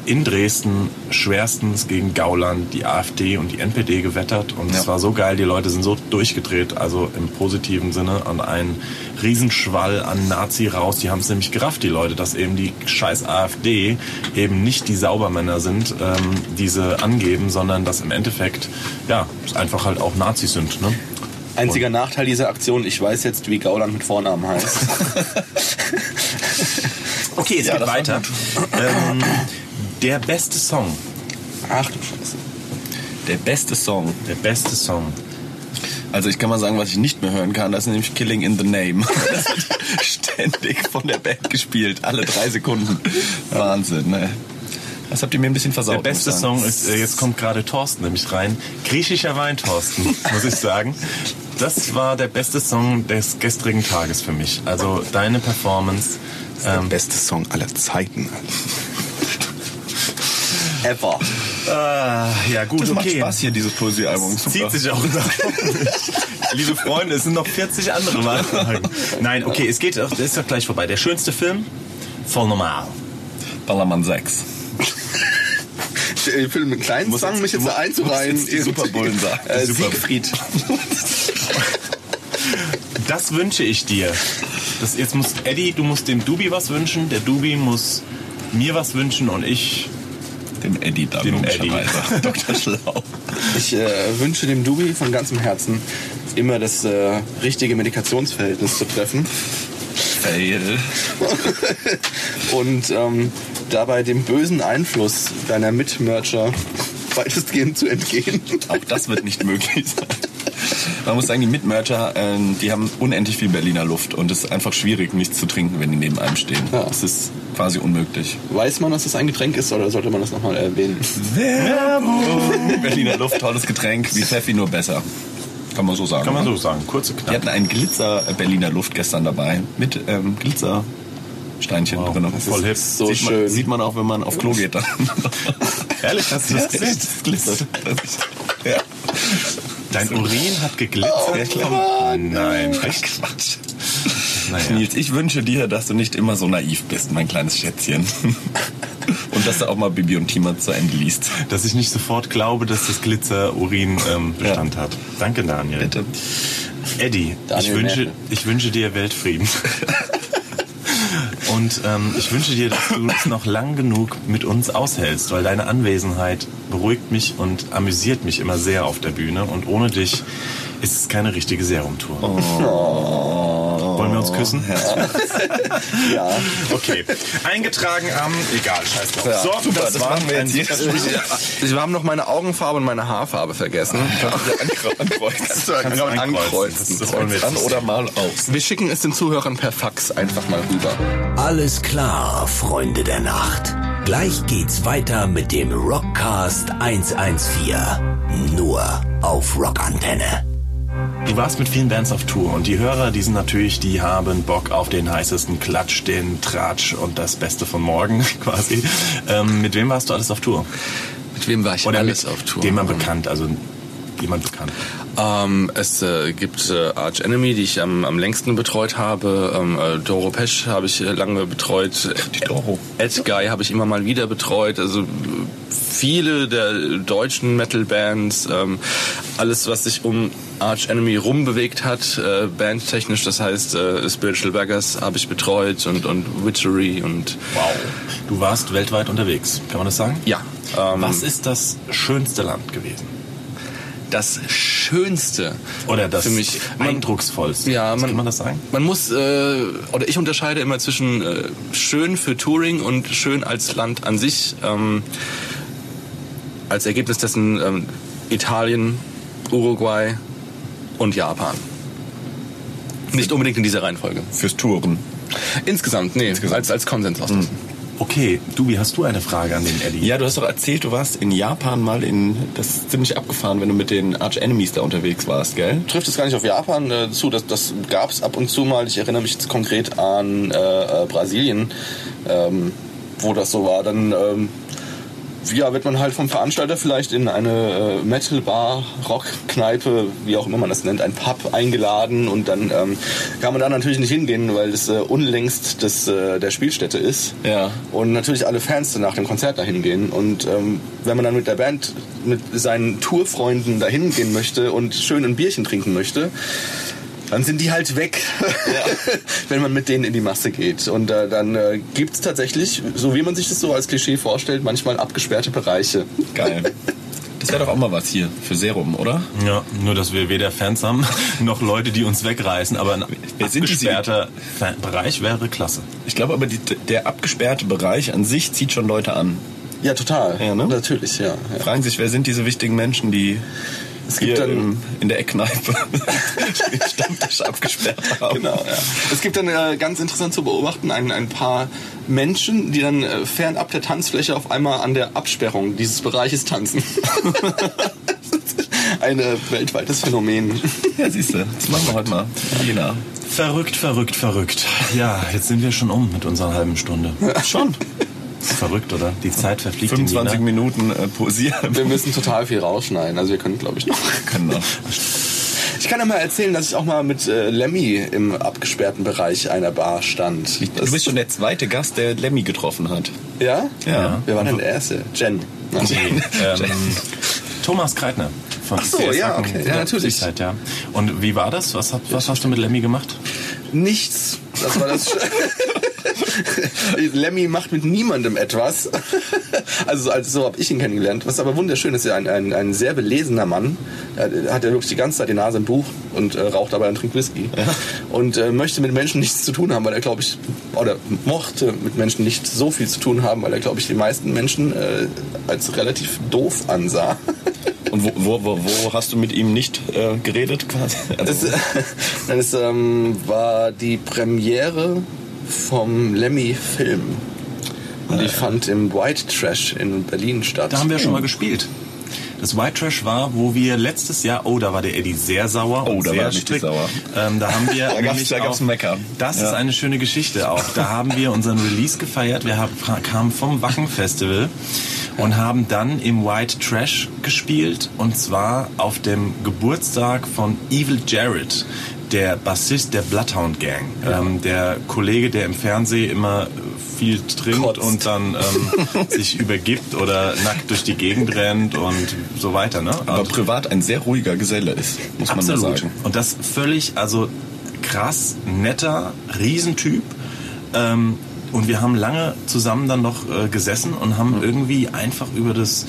Speaker 2: in Dresden schwerstens gegen Gauland, die AfD und die NPD gewettert. Und es
Speaker 4: Ja.
Speaker 2: war so geil, die Leute sind so durchgedreht, also im positiven Sinne, an einen Riesenschwall an Nazi raus. Die haben es nämlich gerafft, die Leute, dass eben die scheiß AfD eben nicht die Saubermänner sind, ähm, diese angeben, sondern dass im Endeffekt, ja, es einfach halt auch Nazis sind. Ne?
Speaker 3: Einziger Nachteil dieser Aktion, ich weiß jetzt, wie Gauland mit Vornamen heißt.
Speaker 2: Okay, es
Speaker 4: Ja,
Speaker 2: geht
Speaker 4: das war
Speaker 2: weiter. Ähm, der beste Song.
Speaker 3: Ach du Scheiße.
Speaker 4: Der beste Song.
Speaker 2: Der beste Song.
Speaker 4: Also ich kann mal sagen, was ich nicht mehr hören kann, das ist nämlich Killing in the Name. Das wird ständig von der Band gespielt, alle drei Sekunden. Wahnsinn, ne? Das habt ihr mir ein bisschen versaut.
Speaker 2: Der beste
Speaker 4: muss ich sagen.
Speaker 2: Song ist, äh, jetzt kommt gerade Thorsten nämlich rein. Griechischer Wein, Thorsten, muss ich sagen. Das war der beste Song des gestrigen Tages für mich. Also deine Performance. Ähm,
Speaker 6: Beste Song aller Zeiten.
Speaker 3: Ever.
Speaker 2: äh, ja, gut,
Speaker 4: Das macht
Speaker 2: okay.
Speaker 4: Spaß hier, dieses Poesiealbum.
Speaker 2: Das zieht sich auch überhaupt nicht. Liebe Freunde, es sind noch 40 andere Wahlfragen. Nein, okay, es geht, auch- das ist doch gleich vorbei. Der schönste Film? Voll normal.
Speaker 4: Ballermann 6.
Speaker 3: Ich äh, fühle einen kleinen Zwang, mich jetzt da einzureihen.
Speaker 4: jetzt die Super Bullen sagen.
Speaker 3: Äh,
Speaker 4: Die Super-
Speaker 3: Siegfried.
Speaker 2: Das wünsche ich dir. Das, jetzt muss Eddie, du musst dem Dubi was wünschen, der Dubi muss mir was wünschen und ich.
Speaker 4: Dem Eddie dann
Speaker 2: Dem
Speaker 4: logischerweise. Dr. Schlau.
Speaker 3: Ich äh, wünsche dem Dubi von ganzem Herzen, immer das äh, richtige Medikationsverhältnis zu treffen
Speaker 4: Fail.
Speaker 3: und ähm, dabei dem bösen Einfluss deiner Mitmerger weitestgehend zu entgehen.
Speaker 4: Auch das wird nicht möglich sein. Man muss sagen, die Mitmerger, ähm, die haben unendlich viel Berliner Luft und es ist einfach schwierig, nichts zu trinken, wenn die neben einem stehen.
Speaker 3: Ja.
Speaker 4: Das ist quasi unmöglich.
Speaker 3: Weiß man, dass das ein Getränk ist oder sollte man das nochmal erwähnen?
Speaker 4: Berliner Luft, tolles Getränk, wie Pfeffi nur besser. Kann man so sagen.
Speaker 2: Kann man
Speaker 4: ne?
Speaker 2: so sagen, kurze
Speaker 4: Die
Speaker 2: knapp.
Speaker 4: hatten einen Glitzer äh, Berliner Luft gestern dabei mit ähm, Glitzersteinchen
Speaker 2: Wow,
Speaker 4: drin.
Speaker 2: voll hip.
Speaker 3: So
Speaker 4: sieht Man,
Speaker 3: schön.
Speaker 4: sieht man auch, wenn man auf Klo geht dann.
Speaker 2: Ehrlich, hast du das
Speaker 4: Ja,
Speaker 2: gesehen?
Speaker 4: das glitzert. Ja.
Speaker 2: Dein Urin hat geglitzert. Nein, echt?
Speaker 4: Oh, Quatsch.
Speaker 2: Naja.
Speaker 4: Nils, ich wünsche dir, dass du nicht immer so naiv bist, mein kleines Schätzchen. Und dass du auch mal Bibi und Tima zu Ende liest.
Speaker 2: Dass ich nicht sofort glaube, dass das Glitzer Urin ähm, Bestand hat. Danke, Daniel.
Speaker 4: Bitte.
Speaker 2: Eddie, ich
Speaker 3: Daniel
Speaker 2: wünsche,
Speaker 3: Merkel.
Speaker 2: ich wünsche dir Weltfrieden. Und ähm, ich wünsche dir, dass du es noch lang genug mit uns aushältst, weil deine Anwesenheit beruhigt mich und amüsiert mich immer sehr auf der Bühne. Und ohne dich ist es keine richtige Serumtour.
Speaker 4: Oh.
Speaker 2: Wollen wir uns küssen?
Speaker 3: Ja.
Speaker 2: Okay. Eingetragen am. Egal, scheiß drauf.
Speaker 4: Ja,
Speaker 2: so,
Speaker 4: super,
Speaker 2: das,
Speaker 4: das
Speaker 2: war
Speaker 4: machen wir
Speaker 2: ein
Speaker 4: jetzt
Speaker 2: super Spiel.
Speaker 6: Wir haben noch meine Augenfarbe und meine Haarfarbe vergessen.
Speaker 4: Ankreuzen.
Speaker 2: Kannst du ankreuzen.
Speaker 6: Ankreuzen.
Speaker 2: Das wollen wir
Speaker 4: Dann
Speaker 2: jetzt.
Speaker 4: oder mal aus.
Speaker 6: Wir schicken es den Zuhörern per Fax einfach mal rüber.
Speaker 1: Alles klar, Freunde der Nacht. Gleich geht's weiter mit dem Rockcast 114. Nur auf Rockantenne.
Speaker 2: Du warst mit vielen Bands auf Tour und die Hörer, die sind natürlich, die haben Bock auf den heißesten Klatsch, den Tratsch und das Beste von morgen quasi. Ähm, mit wem warst du alles auf Tour?
Speaker 6: Mit wem war ich alles
Speaker 2: mit
Speaker 6: auf Tour?
Speaker 2: Dem man bekannt, also jemand bekannt.
Speaker 6: Ähm, es äh, gibt äh, Arch Enemy, die ich am, am längsten betreut habe. Ähm, äh, Doro Pesch habe ich äh, lange betreut. Die
Speaker 4: Doro.
Speaker 6: Ed Guy habe ich immer mal wieder betreut. Also äh, viele der deutschen Metal-Bands, ähm, alles was sich um Arch Enemy rumbewegt hat, äh, bandtechnisch, das heißt äh, Spiritual Beggars habe ich betreut und, und Witchery und
Speaker 2: Wow. Du warst weltweit unterwegs, kann man das sagen?
Speaker 6: ja. Ähm,
Speaker 2: Was ist das schönste Land gewesen?
Speaker 6: das Schönste
Speaker 2: Oder das
Speaker 6: für mich.
Speaker 2: eindrucksvollste?
Speaker 6: Ja,
Speaker 2: Was
Speaker 6: man,
Speaker 2: kann man das sagen?
Speaker 6: Man muss, äh, oder ich unterscheide immer zwischen äh, schön für Touring und schön als Land an sich. Ähm, als Ergebnis dessen ähm, Italien, Uruguay und Japan. Nicht unbedingt in dieser Reihenfolge.
Speaker 4: Fürs Touren.
Speaker 6: Insgesamt, Mhm. nee, Als, als Konsens aus.
Speaker 2: Okay, Dubi, hast du eine Frage an den Eddie?
Speaker 4: Ja, du hast doch erzählt, du warst in Japan mal in. Das ist ziemlich abgefahren, wenn du mit den Arch Enemies da unterwegs warst, gell?
Speaker 3: trifft es gar nicht auf Japan äh, zu. Das, das gab es ab und zu mal. Ich erinnere mich jetzt konkret an äh, äh, Brasilien, ähm, wo das so war. Dann ähm, ja, wird man halt vom Veranstalter vielleicht in eine äh, Metal-Bar, Rock-Kneipe, wie auch immer man das nennt, ein Pub eingeladen und dann ähm, kann man da natürlich nicht hingehen, weil es äh, unlängst des, äh, der Spielstätte ist.
Speaker 4: Ja.
Speaker 3: Und natürlich alle Fans dann nach dem Konzert dahin gehen. Und ähm, wenn man dann mit der Band, mit seinen Tourfreunden dahin gehen möchte und schön ein Bierchen trinken möchte, dann sind die halt weg, wenn man mit denen in die Masse geht. Und äh, dann äh, gibt es tatsächlich, so wie man sich das so als Klischee vorstellt, manchmal abgesperrte Bereiche.
Speaker 4: Geil. Das wäre doch auch mal was hier für Serum, oder?
Speaker 2: Ja, nur dass wir weder Fans haben, noch Leute, die uns wegreißen, aber ein
Speaker 4: Wer sind diese-
Speaker 2: abgesperrter Fan- Bereich wäre klasse.
Speaker 4: Ich glaube aber, die, der abgesperrte Bereich an sich zieht schon Leute an.
Speaker 3: Ja, total.
Speaker 4: Ja, ne?
Speaker 3: Natürlich, ja. ja.
Speaker 4: Fragen sich, wer sind diese wichtigen Menschen, die
Speaker 3: Es gibt
Speaker 4: hier
Speaker 3: dann-
Speaker 4: im, in der Eckkneipe den Stammtisch abgesperrt haben.
Speaker 3: Genau, ja. Es gibt dann äh, ganz interessant zu beobachten ein, ein paar Menschen, die dann äh, fernab der Tanzfläche auf einmal an der Absperrung dieses Bereiches tanzen. ein äh, weltweites Phänomen.
Speaker 4: Ja, siehst du, das machen wir heute mal. Jena.
Speaker 2: Verrückt, verrückt, verrückt. Ja, jetzt sind wir schon um mit unserer halben Stunde.
Speaker 4: Schon.
Speaker 2: Verrückt, oder? Die Zeit verfliegt
Speaker 4: 25
Speaker 2: in Jena.
Speaker 4: Minuten äh, posieren.
Speaker 3: Wir müssen total viel rausschneiden, also wir können, glaube ich, noch.
Speaker 4: Können noch.
Speaker 3: Ich kann ja mal erzählen, dass ich auch mal mit äh, Lemmy im abgesperrten Bereich einer Bar stand.
Speaker 4: Du bist schon der zweite Gast, der Lemmy getroffen hat.
Speaker 3: Ja?
Speaker 4: Ja.
Speaker 3: Wer war denn der erste? Jen. Ja.
Speaker 2: Ähm, Thomas Kreitner. Von
Speaker 3: Ach so,
Speaker 2: CS
Speaker 3: ja,
Speaker 2: Wacken.
Speaker 3: okay, ja, natürlich.
Speaker 2: Zeit, ja. Und wie war das? Was, hab- was hast du mit Lemmy gemacht?
Speaker 3: Nichts. Das war das. Lemmy macht mit niemandem etwas. Also, also so habe ich ihn kennengelernt. Was aber wunderschön ist, er ein, ein, ein sehr belesener Mann. Er hat ja wirklich die ganze Zeit die Nase im Buch und äh, raucht dabei und trinkt Whisky. Und äh, möchte mit Menschen nichts zu tun haben, weil er, glaube ich, oder mochte mit Menschen nicht so viel zu tun haben, weil er, glaube ich, die meisten Menschen äh, als relativ doof ansah.
Speaker 4: Und wo, wo, wo, wo hast du mit ihm nicht äh, geredet quasi?
Speaker 3: Es,
Speaker 4: Also,
Speaker 3: nein, es ähm, war die Premiere vom Lemmy-Film. Und die fand im White Trash in Berlin statt.
Speaker 2: Äh. Da haben wir schon mal
Speaker 4: Hm.
Speaker 2: gespielt. Das White Trash war, wo wir letztes Jahr, oh, da war der Eddie sehr sauer.
Speaker 4: Oh,
Speaker 2: und
Speaker 4: da war
Speaker 2: sehr
Speaker 4: er richtig
Speaker 2: strikt.
Speaker 4: sauer.
Speaker 2: Ähm, da haben wir.
Speaker 4: Da gab's-
Speaker 2: nämlich
Speaker 4: da gab's
Speaker 2: auch-
Speaker 4: ein Meckern.
Speaker 2: Das
Speaker 4: Ja.
Speaker 2: ist eine schöne Geschichte auch. Da haben wir unseren Release gefeiert. Wir haben, kamen vom Wacken Festival und haben dann im White Trash gespielt. Und zwar auf dem Geburtstag von Evil Jared. Der Bassist der Bloodhound Gang, ähm, der Kollege, der im Fernsehen immer äh, viel trinkt
Speaker 3: Kotzt.
Speaker 2: und dann ähm, sich übergibt oder nackt durch die Gegend rennt und so weiter. Ne?
Speaker 4: aber
Speaker 2: Und-
Speaker 4: privat ein sehr ruhiger Geselle ist, muss man mal
Speaker 2: Absolut.
Speaker 4: sagen.
Speaker 2: Und das völlig, also krass, netter, Riesentyp. Ähm, und wir haben lange zusammen dann noch äh, gesessen und haben
Speaker 4: Mhm.
Speaker 2: irgendwie einfach über das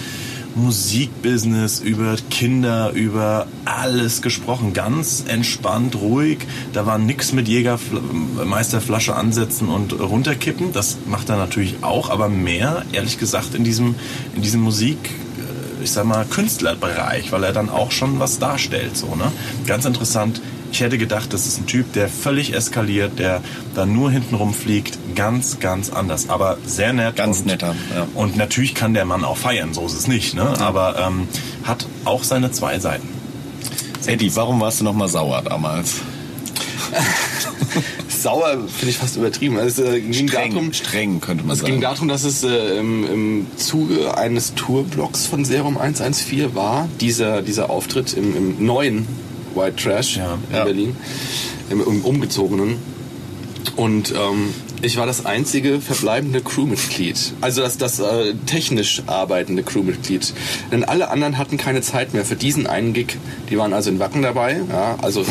Speaker 2: Musikbusiness, über Kinder, über alles gesprochen. Ganz entspannt, ruhig. Da war nix mit Jägermeisterflasche ansetzen und runterkippen. Das macht er natürlich auch, aber mehr, ehrlich gesagt, in diesem, in diesem Musik äh, ich sag mal, Künstlerbereich, weil er dann auch schon was darstellt. So, ne? Ganz interessant. Ich hätte gedacht, das ist ein Typ, der völlig eskaliert, der dann nur hinten rumfliegt. Ganz, ganz anders. Aber sehr nett.
Speaker 4: Ganz
Speaker 2: und,
Speaker 4: netter, ja.
Speaker 2: Und natürlich kann der Mann auch feiern, so ist es nicht. Ne? Aber ähm, hat auch seine zwei Seiten.
Speaker 4: Eddie, warum warst du nochmal sauer damals?
Speaker 3: Sauer finde ich fast übertrieben. Es äh, ging darum,
Speaker 4: streng könnte man
Speaker 3: es ging
Speaker 4: sagen.
Speaker 3: darum, dass es äh, im, im Zuge eines Tourblocks von Serum 114 war, dieser, dieser Auftritt im, im neuen White Trash
Speaker 2: Ja.
Speaker 3: in
Speaker 4: Ja.
Speaker 3: Berlin, im, im umgezogenen. Und ähm, ich war das einzige verbleibende Crewmitglied. Also das, das äh, technisch arbeitende Crewmitglied. Denn alle anderen hatten keine Zeit mehr für diesen einen Gig. Die waren also in Wacken dabei, ja, also äh,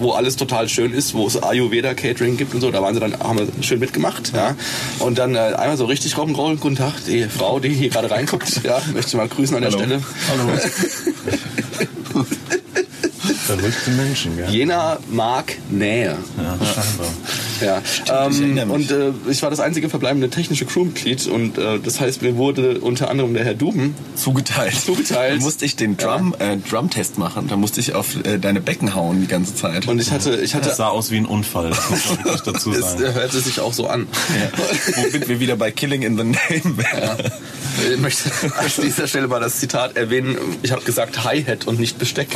Speaker 3: wo alles total schön ist, wo es Ayurveda-Catering gibt und so. Da waren sie dann, haben wir schön mitgemacht. Ja. Und dann äh, einmal so richtig Rock'n'Roll. Guten Tag, die Frau, die hier gerade reinguckt. Ja, möchte ich mal grüßen an der
Speaker 4: Hallo.
Speaker 3: Stelle.
Speaker 2: Verrückte Menschen, gell?
Speaker 3: Jena mag Nähe.
Speaker 2: Ja, scheinbar.
Speaker 3: Ja.
Speaker 4: ich
Speaker 3: Ähm,
Speaker 4: erinnere mich.
Speaker 3: und äh, ich war das einzige verbleibende technische Crewmitglied und äh, das heißt, mir wurde unter anderem der Herr Duben
Speaker 4: Zugeteilt.
Speaker 3: Zugeteilt.
Speaker 4: Dann musste ich den Drum, äh, Drum-Test machen. Da musste ich auf äh, deine Becken hauen die ganze Zeit.
Speaker 3: und ich hatte, ich hatte
Speaker 2: Das sah aus wie ein Unfall, das muss man wirklich dazu
Speaker 3: es
Speaker 2: sagen.
Speaker 3: hört es sich auch so an.
Speaker 4: Womit wir wieder bei Killing in the Name wären.
Speaker 3: Ich möchte an dieser Stelle mal das Zitat erwähnen. Ich habe gesagt Hi-Hat und nicht Besteck.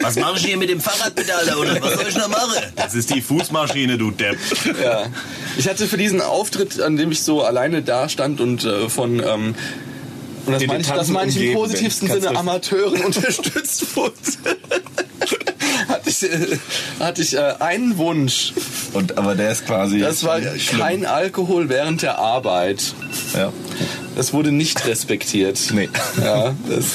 Speaker 7: Was mache ich hier mit dem Fahrradpedal da unten? Was soll ich noch machen?
Speaker 2: Das ist die Fußmaschine, du Depp.
Speaker 3: ja. Ich hatte für diesen Auftritt, an dem ich so alleine da stand und äh, von ähm, und das
Speaker 4: Den
Speaker 3: meine ich, das
Speaker 4: Tanzen
Speaker 3: meine ich im
Speaker 4: umgeben
Speaker 3: positivsten
Speaker 4: bin.
Speaker 3: Sinne
Speaker 4: Kannst
Speaker 3: Amateuren unterstützt wurde. hatte ich, äh, hatte ich äh, einen Wunsch.
Speaker 4: Und, aber der ist quasi.
Speaker 3: Das war
Speaker 4: schlimm.
Speaker 3: kein Alkohol während der Arbeit.
Speaker 4: Ja.
Speaker 3: Das wurde nicht respektiert.
Speaker 4: Nee.
Speaker 3: Ja, das,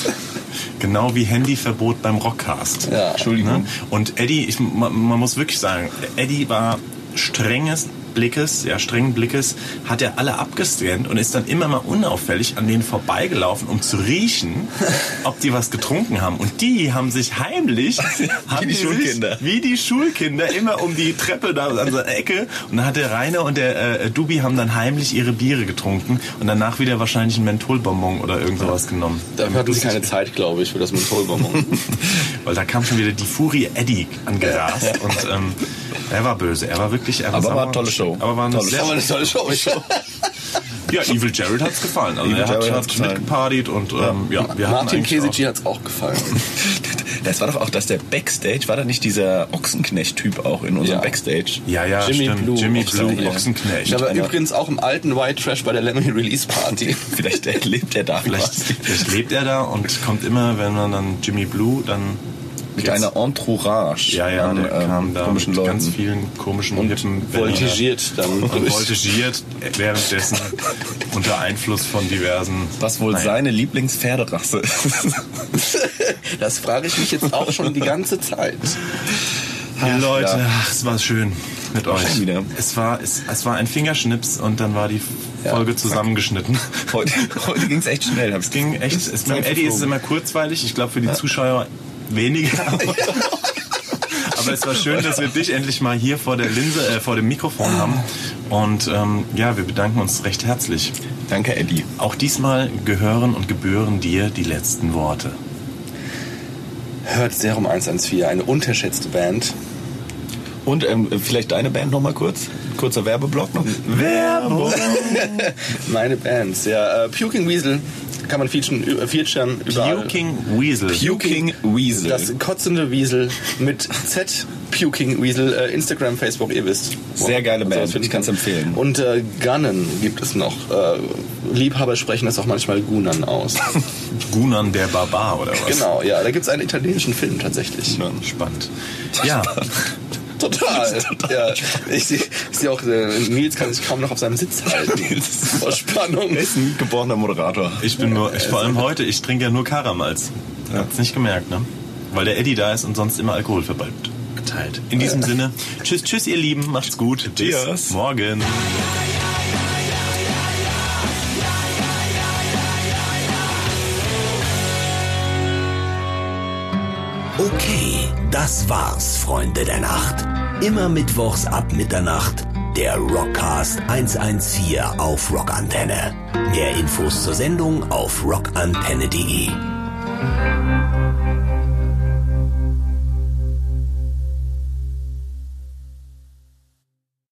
Speaker 2: Genau wie Handyverbot beim Rockcast.
Speaker 3: Ja.
Speaker 4: Entschuldigung.
Speaker 2: Ne? Und Eddie, ich, man, man muss wirklich sagen, Eddie war strenges Blickes, ja, strengen Blickes, hat er alle abgescannt und ist dann immer mal unauffällig an denen vorbeigelaufen, um zu riechen, ob die was getrunken haben. Und die haben sich heimlich, haben
Speaker 4: die
Speaker 2: sich
Speaker 4: Schulkinder.
Speaker 2: wie die Schulkinder, immer um die Treppe da an so einer Ecke. Und dann hat der Rainer und der äh, Dubi haben dann heimlich ihre Biere getrunken und danach wieder wahrscheinlich einen Mentholbonbon oder irgend sowas genommen.
Speaker 3: dafür hatten sie keine Zeit, glaube ich, für das Mentholbonbon.
Speaker 2: Weil da kam schon wieder die Furie Eddie angerast und ähm, er war böse, er war wirklich, er war
Speaker 4: Aber war
Speaker 2: sauer.
Speaker 4: eine tolle Show.
Speaker 2: Aber war eine
Speaker 4: Tolle
Speaker 2: sehr,
Speaker 3: Aber eine tolle Show.
Speaker 2: ja, Evil Jared hat's gefallen. Also
Speaker 4: Evil
Speaker 2: er hat,
Speaker 4: Jared
Speaker 2: hat
Speaker 4: hat's gefallen.
Speaker 2: mitgepartied und ähm, ja, wir hatten
Speaker 3: Martin
Speaker 2: eigentlich
Speaker 3: Kesici hat es auch gefallen.
Speaker 4: Das war doch auch, dass der Backstage, war da nicht dieser Ochsenknecht-Typ auch in unserem
Speaker 3: Ja.
Speaker 4: Backstage?
Speaker 2: auch- Ja, ja,
Speaker 3: Jimmy
Speaker 2: stimmt.
Speaker 3: Blue,
Speaker 2: Jimmy
Speaker 3: Ochsenknecht.
Speaker 2: Blue, Ochsenknecht.
Speaker 3: Ich war
Speaker 4: einer-
Speaker 3: übrigens auch im alten White Trash bei der Lemony Release Party.
Speaker 4: Vielleicht äh, lebt er da
Speaker 2: vielleicht,
Speaker 4: quasi.
Speaker 2: vielleicht lebt er da und kommt immer, wenn man dann Jimmy Blue, dann
Speaker 4: Mit
Speaker 2: geht's-
Speaker 4: einer Entourage
Speaker 2: ja, ja,
Speaker 4: an
Speaker 2: der kam
Speaker 4: ähm,
Speaker 2: da
Speaker 4: komischen
Speaker 2: mit
Speaker 4: Leuten.
Speaker 2: ganz vielen komischen hippen Berliner-
Speaker 3: Voltigiert dann
Speaker 2: und
Speaker 3: durch.
Speaker 2: voltigiert währenddessen unter Einfluss von diversen
Speaker 4: was wohl
Speaker 2: Nein.
Speaker 4: seine Lieblingspferderasse ist.
Speaker 3: Das frage ich mich jetzt auch schon die ganze Zeit.
Speaker 2: Ja, Leute,
Speaker 4: ja.
Speaker 2: ach, es war schön mit euch.
Speaker 4: Schon wieder.
Speaker 2: Es war, es, es war ein Fingerschnips und dann war die Folge zusammengeschnitten.
Speaker 4: Heute, heute ging es echt schnell. Hab's
Speaker 2: Es ging echt, es, beim Eddie ist es immer kurzweilig, ich glaube für die Zuschauer weniger. Aber es war schön, dass wir dich endlich mal hier vor der Linse, äh, vor dem Mikrofon haben. Und ähm, ja, wir bedanken uns recht herzlich.
Speaker 4: Danke, Eddie.
Speaker 2: Auch diesmal gehören und gebühren dir die letzten Worte.
Speaker 3: Hört Serum 114, eine unterschätzte Band.
Speaker 4: Und ähm, vielleicht deine Band nochmal kurz? Kurzer Werbeblock noch?
Speaker 2: Werbung!
Speaker 3: Meine Bands, ja. Äh, Puking Weasel kann man featuren, ü- äh, featuren überall.
Speaker 2: Puking Weasel.
Speaker 4: Puking Weasel.
Speaker 3: Das kotzende Wiesel mit Z. Puking Weasel, äh, Instagram, Facebook, ihr wisst.
Speaker 4: Sehr geile
Speaker 3: sowas
Speaker 4: Band,
Speaker 3: finden
Speaker 4: ich kann's
Speaker 3: kann.
Speaker 4: empfehlen.
Speaker 3: Und äh, Gunnen gibt es noch. Äh, Liebhaber sprechen das auch manchmal Gunan aus.
Speaker 2: Gunan der Barbar oder was?
Speaker 3: genau, ja, da gibt es einen italienischen Film tatsächlich.
Speaker 2: Spannend. Ja,
Speaker 3: Total. ja, ich sehe seh auch, äh, Nils kann sich kaum noch auf seinem Sitz halten. Vor Spannung.
Speaker 4: Er ist ein geborener Moderator.
Speaker 2: ich bin nur, ich, vor allem heute, ich trinke ja nur Karamals. Hat's nicht gemerkt, ne? Weil der Eddie da ist und sonst immer Alkohol verteilt. Geteilt. In diesem Sinne, tschüss, tschüss, ihr Lieben, macht's gut. Bis
Speaker 4: Cheers.
Speaker 2: morgen.
Speaker 1: Okay, das war's, Freunde der Nacht. Immer mittwochs ab Mitternacht der Rockcast 114 auf Rockantenne. Mehr Infos zur Sendung auf rockantenne.de.